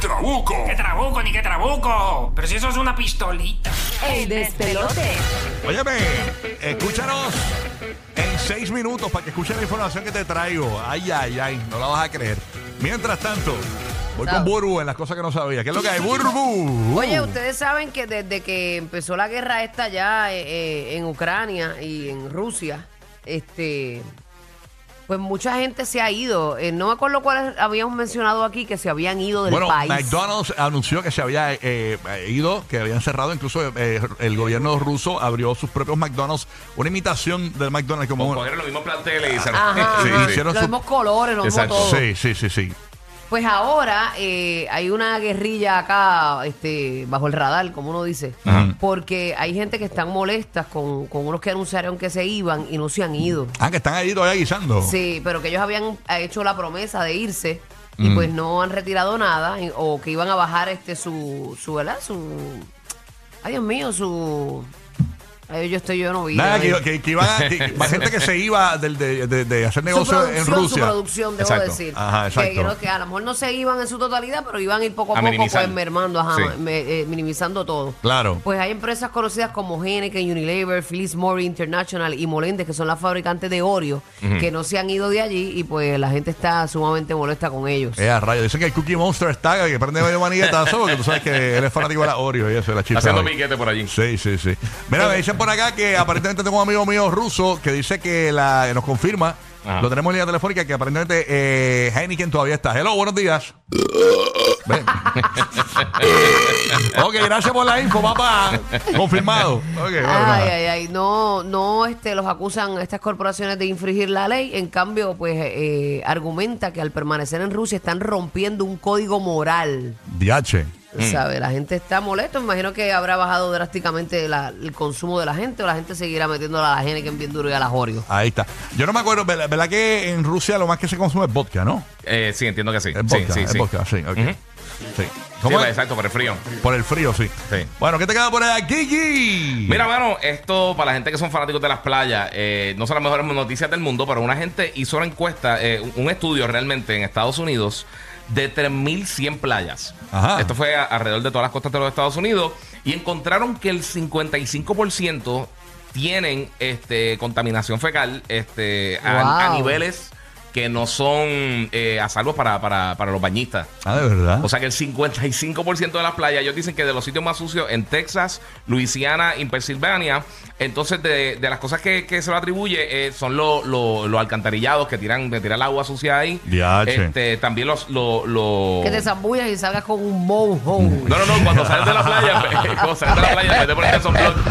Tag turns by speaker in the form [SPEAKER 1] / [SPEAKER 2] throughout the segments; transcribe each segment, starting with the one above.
[SPEAKER 1] trabuco!
[SPEAKER 2] ¡Qué trabuco, ni qué trabuco! Pero si eso es una pistolita.
[SPEAKER 3] El despelote.
[SPEAKER 1] Óyeme, escúchanos en seis minutos para que escuchen la información que te traigo. Ay, ay, ay, no la vas a creer. Mientras tanto, voy con
[SPEAKER 4] Sabe.
[SPEAKER 1] Burbu en las cosas que no sabía. ¿Qué es lo que hay? Burbu.
[SPEAKER 4] Oye, ustedes saben que desde que empezó la guerra esta ya eh, eh, en Ucrania y en Rusia, este, pues mucha gente se ha ido. Eh, no me acuerdo cuáles habíamos mencionado aquí que se habían ido del
[SPEAKER 1] Bueno,
[SPEAKER 4] país.
[SPEAKER 1] McDonald's anunció que se había eh, eh, ido, que habían cerrado. Incluso eh, el gobierno ruso abrió sus propios McDonald's, una imitación del McDonald's como uno.
[SPEAKER 5] Cogieron los mismos planteles y hicieron.
[SPEAKER 4] Ajá,
[SPEAKER 1] Sí,
[SPEAKER 4] ajá.
[SPEAKER 1] hicieron
[SPEAKER 4] los
[SPEAKER 1] su-
[SPEAKER 4] mismos colores, los mismos
[SPEAKER 5] Exacto.
[SPEAKER 4] todo.
[SPEAKER 1] Sí, sí, sí, sí.
[SPEAKER 4] Pues ahora eh, hay una guerrilla acá, este, bajo el radar, como uno dice,
[SPEAKER 1] Ajá.
[SPEAKER 4] porque hay gente que están molestas con, con unos que anunciaron que se iban y no se han ido.
[SPEAKER 1] Ah, que están ahí todavía guisando.
[SPEAKER 4] Sí, pero que ellos habían eh, hecho la promesa de irse y
[SPEAKER 1] Mm.
[SPEAKER 4] pues no han retirado nada y- o que iban a bajar este su su ¿verdad? su ay Dios mío, su ay, yo estoy yo no vi.
[SPEAKER 1] Nada,
[SPEAKER 4] ay.
[SPEAKER 1] que, que, que iban a- que- que- gente que se iba del- de, de- de hacer
[SPEAKER 4] su
[SPEAKER 1] negocio en
[SPEAKER 4] producción, su
[SPEAKER 1] Rusia.
[SPEAKER 4] producción, debo
[SPEAKER 5] Exacto.
[SPEAKER 4] decir.
[SPEAKER 1] Ajá,
[SPEAKER 4] que,
[SPEAKER 1] exacto.
[SPEAKER 4] creo que a lo mejor no se iban en su totalidad, pero iban a ir poco a,
[SPEAKER 5] A
[SPEAKER 4] poco,
[SPEAKER 5] minimizar.
[SPEAKER 4] pues mermando, ajá,
[SPEAKER 5] Sí.
[SPEAKER 4] me- eh, minimizando todo.
[SPEAKER 1] Claro.
[SPEAKER 4] Pues hay empresas conocidas como Heineken, Unilever, Phillips Morris International y Molentes, que son las fabricantes de Oreo, que no se han ido de allí y pues la gente está sumamente molesta con ellos.
[SPEAKER 1] Eh, a rayos. Dicen que el Cookie Monster está, que prende medio manietazo, porque tú sabes que él es fanático de la Oreo y eso, de la chicha.
[SPEAKER 5] Haciendo
[SPEAKER 1] Oreo.
[SPEAKER 5] piquete por allí.
[SPEAKER 1] Sí, sí, sí. Mira, me dicen por acá que aparentemente tengo un amigo mío ruso que dice que la, nos confirma,
[SPEAKER 5] Ajá.
[SPEAKER 1] lo tenemos en línea telefónica, que aparentemente eh, Heineken todavía está. Hello, buenos días. Ven. ok, gracias por la info, papá. Confirmado. Ok, bueno,
[SPEAKER 4] Ay,
[SPEAKER 1] nada.
[SPEAKER 4] ay, ay, no, no este, los acusan a estas corporaciones de infringir la ley, en cambio, pues eh, argumenta que al permanecer en Rusia están rompiendo un código moral.
[SPEAKER 1] Diache.
[SPEAKER 5] Mm.
[SPEAKER 4] ¿Sabe? La gente está molesta. Me imagino que habrá bajado drásticamente la- el consumo de la gente o la gente seguirá metiéndola a la gente que es bien duro y a las Oreo.
[SPEAKER 1] Ahí está. Yo no me acuerdo, ¿verdad, verdad que en Rusia lo más que se consume es vodka, ¿no?
[SPEAKER 5] Eh, sí, entiendo que sí.
[SPEAKER 1] Es
[SPEAKER 5] sí,
[SPEAKER 1] vodka,
[SPEAKER 5] sí,
[SPEAKER 1] es
[SPEAKER 5] sí.
[SPEAKER 1] vodka, sí, ok.
[SPEAKER 5] Ujú.
[SPEAKER 1] Sí.
[SPEAKER 5] Sí,
[SPEAKER 1] ¿Cómo es?
[SPEAKER 5] exacto, por el frío.
[SPEAKER 1] Por el frío, sí.
[SPEAKER 5] Sí.
[SPEAKER 1] Bueno, ¿qué te queda por ahí, Gigi?
[SPEAKER 5] Mira, mano, esto para la gente que son fanáticos de las playas, eh, no son las mejores noticias del mundo, pero una gente hizo una encuesta, eh, un estudio realmente en Estados Unidos de 3.100 playas.
[SPEAKER 1] Ajá.
[SPEAKER 5] Esto fue a- alrededor de todas las costas de los Estados Unidos y encontraron que el 55% tienen este, contaminación fecal este, a- a,
[SPEAKER 4] Wow.
[SPEAKER 5] niveles que no son eh, a salvo para, para, para los bañistas.
[SPEAKER 1] Ah, de verdad.
[SPEAKER 5] O sea que el 55% de las playas, ellos dicen que de los sitios más sucios en Texas, Luisiana y Pensilvania, entonces de, de las cosas que, que se lo atribuye eh, son lo- lo- los alcantarillados que tiran, de tirar el agua sucia ahí.
[SPEAKER 1] Diache.
[SPEAKER 5] Este, también los... los- los-
[SPEAKER 4] Que te zambullas y salgas con un mojo.
[SPEAKER 5] Oh. No, no, no, cuando sales de la playa, cuando sales de la playa, en vez de ponerte sunblock,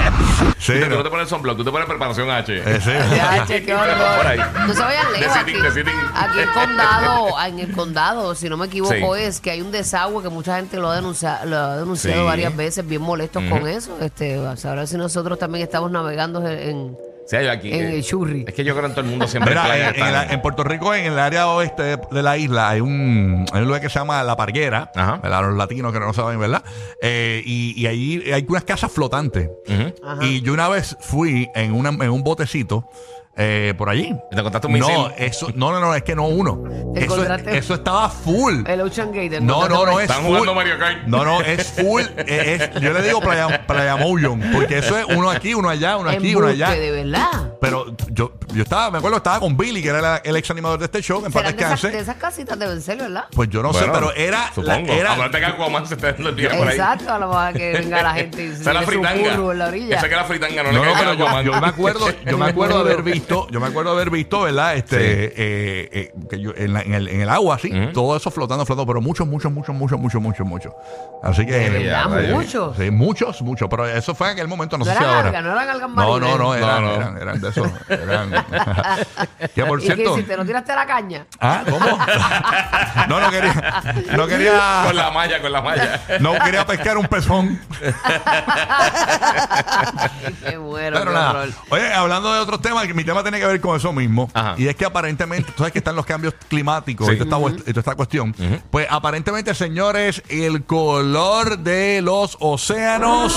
[SPEAKER 1] Sí,
[SPEAKER 5] tú te- tú
[SPEAKER 1] no.
[SPEAKER 5] no te pones sunblock, tú te pones preparación H.
[SPEAKER 1] Eh, sí.
[SPEAKER 4] Ya, che, qué horror.
[SPEAKER 5] Por ahí.
[SPEAKER 4] No se vayan lejos aquí.
[SPEAKER 5] Decidí, decidí.
[SPEAKER 4] Aquí en condado, en el condado, si no me equivoco,
[SPEAKER 5] Sí.
[SPEAKER 4] es que hay un desagüe que mucha gente lo ha denunciado, lo ha denunciado
[SPEAKER 5] Sí.
[SPEAKER 4] varias veces, bien molestos con eso. Este, a saber si nosotros también estamos navegando en- en
[SPEAKER 5] Sí, yo aquí.
[SPEAKER 4] En
[SPEAKER 5] eh,
[SPEAKER 4] el churri.
[SPEAKER 5] Es que yo creo que en todo el mundo siempre en
[SPEAKER 1] Mira,
[SPEAKER 5] playa
[SPEAKER 1] en, en la-
[SPEAKER 5] están-
[SPEAKER 1] en Puerto Rico, en el área oeste de, de la isla, hay un, hay un lugar que se llama La Parguera,
[SPEAKER 5] Ajá.
[SPEAKER 1] ¿verdad? los latinos que no lo saben, ¿verdad? Eh, y, y ahí hay unas casas flotantes.
[SPEAKER 5] Ujú.
[SPEAKER 4] Ajá.
[SPEAKER 1] Y yo una vez fui en, una, en un botecito eh, por allí.
[SPEAKER 5] ¿Te encontraste un
[SPEAKER 1] No,
[SPEAKER 5] misil?
[SPEAKER 1] eso, no, no, no, es que no uno.
[SPEAKER 4] Te
[SPEAKER 1] Eso,
[SPEAKER 4] encontraste- Eh,
[SPEAKER 1] eso estaba full.
[SPEAKER 4] el Ocean Gate. el
[SPEAKER 1] No,
[SPEAKER 4] condado
[SPEAKER 1] no,
[SPEAKER 4] de-
[SPEAKER 1] no es
[SPEAKER 5] Están
[SPEAKER 1] full.
[SPEAKER 5] jugando Mario Kart.
[SPEAKER 1] No, no, es full. eh, es- yo le digo playa, playa Motion, porque eso es uno aquí, uno allá, uno aquí, uno allá.
[SPEAKER 4] Embuste, de verdad.
[SPEAKER 1] Pero yo, yo estaba, me acuerdo, estaba con Billy, que era la- el ex animador de este show, en paz
[SPEAKER 4] Serán de esas, de
[SPEAKER 1] descanse.
[SPEAKER 4] esas casitas de Bencel, ¿verdad?
[SPEAKER 1] Pues yo no sé,
[SPEAKER 5] Bueno,
[SPEAKER 1] pero era. la-
[SPEAKER 5] Supongo.
[SPEAKER 1] era-
[SPEAKER 5] Acuérdate que Aquaman se está dando el día por ahí.
[SPEAKER 4] Exacto, a lo mejor que venga la gente y se
[SPEAKER 5] Esa es la
[SPEAKER 4] le su
[SPEAKER 5] fritanga.
[SPEAKER 4] burro en la orilla.
[SPEAKER 5] Esa que la fritanga
[SPEAKER 1] no,
[SPEAKER 5] no, le
[SPEAKER 1] no,
[SPEAKER 5] cae
[SPEAKER 1] pero
[SPEAKER 5] bien a
[SPEAKER 1] yo,
[SPEAKER 5] Aquaman.
[SPEAKER 1] yo me acuerdo, yo me acuerdo haber visto, yo me acuerdo haber visto, ¿verdad? Este, eh, eh, que yo, en, la- en el, en el agua, así, todo eso flotando, flotando, pero muchos, muchos, muchos, muchos, muchos, muchos, muchos. Así que.
[SPEAKER 5] verdad,
[SPEAKER 1] eh,
[SPEAKER 4] muchos.
[SPEAKER 1] Sí, muchos, muchos. Pero eso fue en aquel momento, no,
[SPEAKER 4] No
[SPEAKER 1] sé si
[SPEAKER 4] eran
[SPEAKER 1] ahora.
[SPEAKER 4] algas, no eran algas
[SPEAKER 1] No, no, no,
[SPEAKER 4] marinas.
[SPEAKER 1] eran,
[SPEAKER 5] No, no.
[SPEAKER 1] eran, eran de esos. Eran, que por
[SPEAKER 4] ¿Y qué
[SPEAKER 1] cierto.
[SPEAKER 4] hiciste? ¿No tiraste la caña?
[SPEAKER 1] ¿Ah? ¿Cómo? no, no quería. No quería.
[SPEAKER 5] Con la malla, con la malla.
[SPEAKER 1] No quería pescar un pezón.
[SPEAKER 4] Qué bueno,
[SPEAKER 1] Pero
[SPEAKER 4] qué
[SPEAKER 1] nada.
[SPEAKER 4] horror.
[SPEAKER 1] Oye, hablando de otros temas, que mi tema tiene que ver con eso mismo.
[SPEAKER 5] Ajá.
[SPEAKER 1] Y es que aparentemente, tú sabes que están los cambios climáticos
[SPEAKER 5] Sí.
[SPEAKER 1] y, toda esta, vuest- y toda esta cuestión. Pues aparentemente, señores, el color de los océanos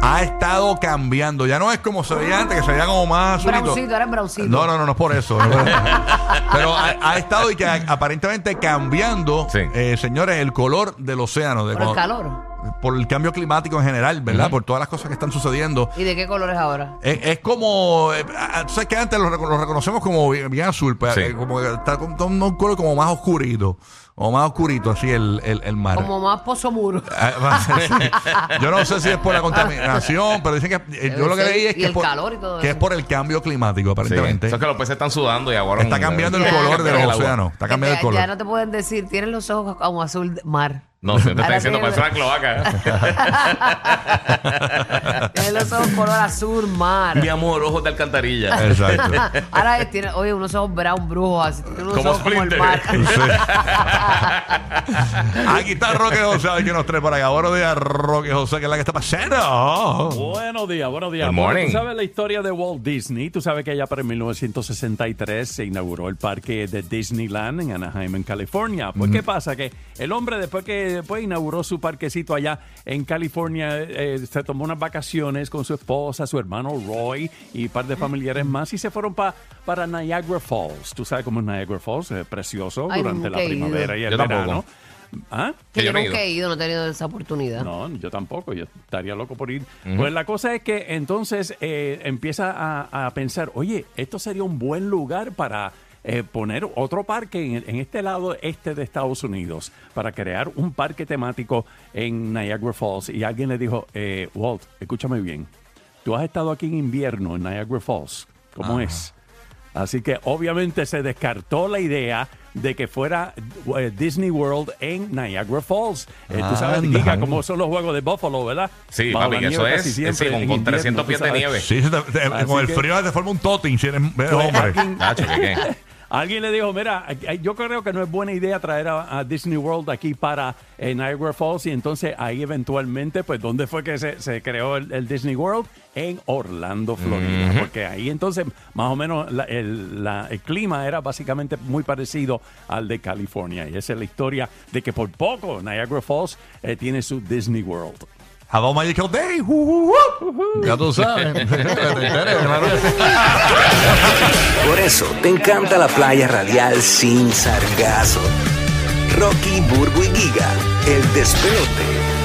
[SPEAKER 1] ha estado cambiando. Ya no es como se veía antes, que se veía como más azulito.
[SPEAKER 4] Braucito, eres braucito.
[SPEAKER 1] No, no, no, no es por eso. No, no. Pero ha, ha estado y que a- aparentemente cambiando,
[SPEAKER 5] Sí.
[SPEAKER 1] eh, señores, el color del océano. De
[SPEAKER 4] Por el
[SPEAKER 1] cuando-
[SPEAKER 4] calor.
[SPEAKER 1] Por el cambio climático en general, ¿verdad? Por todas las cosas que están sucediendo.
[SPEAKER 4] ¿Y de qué color es ahora?
[SPEAKER 1] Es, es como. eh, ah, tú sabes que antes lo, recono- lo reconocemos como bien, bien azul, pero
[SPEAKER 5] Sí.
[SPEAKER 1] eh, como que está con con un color como más oscurito. O más oscurito, así el, el, el mar.
[SPEAKER 4] Como más pozo muro.
[SPEAKER 1] Ah, va a ser, sí. Yo no sé si es por la contaminación, pero dicen que eh, yo lo que
[SPEAKER 4] ser.
[SPEAKER 1] leí es
[SPEAKER 4] Y
[SPEAKER 1] que,
[SPEAKER 4] el
[SPEAKER 1] por,
[SPEAKER 4] calor y todo
[SPEAKER 1] que es
[SPEAKER 4] eso.
[SPEAKER 1] por el cambio climático,
[SPEAKER 5] Sí.
[SPEAKER 1] aparentemente.
[SPEAKER 5] Eso es que los peces están sudando y ahora.
[SPEAKER 1] Está cambiando el
[SPEAKER 4] Ya.
[SPEAKER 1] color del
[SPEAKER 5] El agua.
[SPEAKER 1] océano. Está cambiando el
[SPEAKER 4] Ya- Ya
[SPEAKER 1] color.
[SPEAKER 4] no te pueden decir, tienes los ojos como azul de mar.
[SPEAKER 5] No, se te está
[SPEAKER 4] Ahora
[SPEAKER 5] diciendo,
[SPEAKER 4] tiene-
[SPEAKER 5] parece una cloaca.
[SPEAKER 4] Tienes los ojos color azul mar.
[SPEAKER 5] Mi amor, ojos de alcantarilla.
[SPEAKER 1] Exacto.
[SPEAKER 4] Ahora es- tiene, oye, unos ojos brown brujos así. tiene unos
[SPEAKER 5] Como
[SPEAKER 4] ojos como el
[SPEAKER 5] Splinter.
[SPEAKER 4] mar.
[SPEAKER 1] Aquí está Roque José, a ver que nos trae para acá. Buenos días, Roque José, que es la que está pasando.
[SPEAKER 5] Oh.
[SPEAKER 3] Buenos días, buenos días.
[SPEAKER 5] Good
[SPEAKER 3] Bueno,
[SPEAKER 5] morning.
[SPEAKER 3] Tú sabes la historia de Walt Disney. Tú sabes que allá para 1963 se inauguró el parque de Disneyland en Anaheim, en California. Pues, ¿qué pasa? Que el hombre, después que después inauguró su parquecito allá en California, eh, se tomó unas vacaciones con su esposa, su hermano Roy y un par de familiares más y se fueron pa- para Niagara Falls. Tú sabes cómo es Niagara Falls, Eh, precioso,
[SPEAKER 4] Ay,
[SPEAKER 3] durante la
[SPEAKER 4] nunca he ido.
[SPEAKER 3] primavera y el
[SPEAKER 5] Yo tampoco.
[SPEAKER 3] verano. ¿Ah?
[SPEAKER 4] Que yo
[SPEAKER 5] Yo no he
[SPEAKER 4] nunca he ido, no he tenido esa oportunidad.
[SPEAKER 3] No, yo tampoco, yo estaría loco por ir. Pues la cosa es que entonces eh, empieza a, a pensar, oye, esto sería un buen lugar para eh, poner otro parque en, en este lado este de Estados Unidos, para crear un parque temático en Niagara Falls. Y alguien le dijo, eh, Walt, escúchame bien, tú has estado aquí en invierno en Niagara Falls, ¿cómo es? Así que obviamente se descartó la idea de que fuera eh, Disney World en Niagara Falls. Eh, tú sabes,
[SPEAKER 1] Anda.
[SPEAKER 3] Giga, cómo son los juegos de Buffalo, ¿verdad?
[SPEAKER 5] Sí,
[SPEAKER 3] Bajo
[SPEAKER 5] papi,
[SPEAKER 3] la
[SPEAKER 5] que eso
[SPEAKER 3] nieve
[SPEAKER 5] es.
[SPEAKER 3] casi
[SPEAKER 5] es
[SPEAKER 3] siempre
[SPEAKER 5] decir, con,
[SPEAKER 3] en
[SPEAKER 5] con 300
[SPEAKER 3] invierno, tú
[SPEAKER 5] pies de
[SPEAKER 3] sabes.
[SPEAKER 5] nieve.
[SPEAKER 1] Sí, se te- te-
[SPEAKER 3] Así
[SPEAKER 1] con el
[SPEAKER 3] que-
[SPEAKER 1] frío te forma un totin si eres eh,
[SPEAKER 5] Pues
[SPEAKER 1] hombre.
[SPEAKER 5] Nacho, ¿qué, qué?
[SPEAKER 3] Alguien le dijo, mira, eh, yo creo que no es buena idea traer a, a Disney World aquí para eh, Niagara Falls y entonces ahí eventualmente, pues, ¿dónde fue que se, se creó el, el Disney World? En Orlando, Florida, porque ahí entonces más o menos la- el, la- el clima era básicamente muy parecido al de California y esa es la historia de que por poco Niagara Falls eh, tiene su Disney World.
[SPEAKER 1] Have a magical day. Uh, uh, uh. Ya tú sabes. Que te enteres, claro que sí.
[SPEAKER 6] Por eso te encanta la playa radial sin sargazo. Rocky, Burbu y Giga, el despelote.